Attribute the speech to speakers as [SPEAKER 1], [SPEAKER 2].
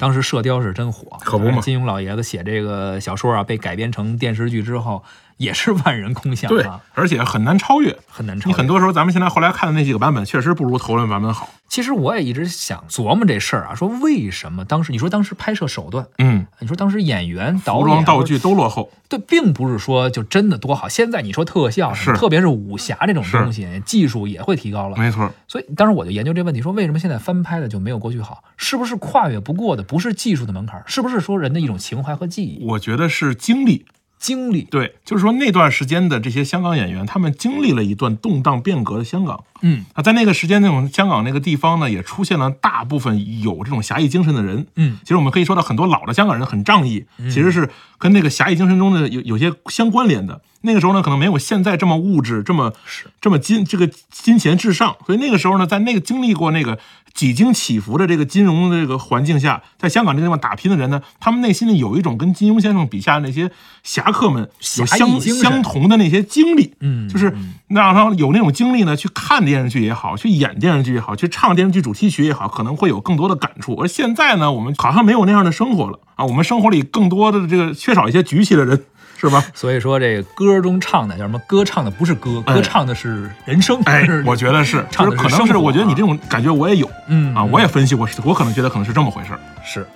[SPEAKER 1] 当时《射雕》是真火，
[SPEAKER 2] 可不嘛
[SPEAKER 1] 金庸老爷子写这个小说啊，被改编成电视剧之后，也是万人空巷
[SPEAKER 2] 对
[SPEAKER 1] 啊，，
[SPEAKER 2] 而且很难超越。
[SPEAKER 1] 很难超
[SPEAKER 2] 你
[SPEAKER 1] 越。
[SPEAKER 2] 很多时候，咱们现在后来看的那几个版本，确实不如头两版本好。
[SPEAKER 1] 其实我也一直想琢磨这事儿啊，说为什么当时你说当时拍摄手段，
[SPEAKER 2] 嗯，
[SPEAKER 1] 你说当时演员、导
[SPEAKER 2] 服
[SPEAKER 1] 演、啊
[SPEAKER 2] 装道具都落后。
[SPEAKER 1] 对，并不是说就真的多好。现在你说特效什么，
[SPEAKER 2] 是
[SPEAKER 1] 特别是武侠这种
[SPEAKER 2] 是
[SPEAKER 1] 东西，技术也会提高了。
[SPEAKER 2] 没错，
[SPEAKER 1] 所以当时我就研究这问题，说为什么现在翻拍的就没有过去好？是不是跨越不过的不是技术的门槛儿，是不是说人的一种情怀和记忆、
[SPEAKER 2] 我觉得是经历。
[SPEAKER 1] 经历？
[SPEAKER 2] 对，就是说那段时间的这些香港演员，他们经历了一段动荡变革的香港。
[SPEAKER 1] 嗯
[SPEAKER 2] 啊，在那个时间，那种香港那个地方呢，也出现了大部分有这种侠义精神的人。
[SPEAKER 1] 嗯，
[SPEAKER 2] 其实我们可以说到很多老的香港人很仗义，其实是跟那个侠义精神中的有有些相关联的。那个时候呢，可能没有现在这么物质，这么
[SPEAKER 1] 是
[SPEAKER 2] 这么金这个金钱至上，所以那个时候呢，在那个经历过那个几经起伏的这个金融的这个环境下，在香港这个地方打拼的人呢，他们内心里有一种跟金庸先生笔下那些侠客们有
[SPEAKER 1] 侠义
[SPEAKER 2] 相
[SPEAKER 1] 精神
[SPEAKER 2] 相同的那些经历。
[SPEAKER 1] 嗯，
[SPEAKER 2] 就是让他有那种经历呢，去看电视剧也好，去演电视剧也好，去唱电视剧主题曲也好，可能会有更多的感触。而现在呢，我们好像没有那样的生活了啊，我们生活里更多的这个缺少一些举起的人，是 吧？
[SPEAKER 1] 所以说这歌中唱的叫什么？歌唱的不是歌，
[SPEAKER 2] 哎
[SPEAKER 1] 歌唱的是人生。
[SPEAKER 2] 哎
[SPEAKER 1] 是，
[SPEAKER 2] 我觉得是，就
[SPEAKER 1] 唱的
[SPEAKER 2] 是可能
[SPEAKER 1] 生
[SPEAKER 2] 是，
[SPEAKER 1] 活
[SPEAKER 2] 我觉得你
[SPEAKER 1] 啊
[SPEAKER 2] 这种感觉我也有
[SPEAKER 1] 嗯
[SPEAKER 2] 啊，
[SPEAKER 1] 嗯
[SPEAKER 2] 我也分析过，我可能觉得可能是这么回事儿。
[SPEAKER 1] 是。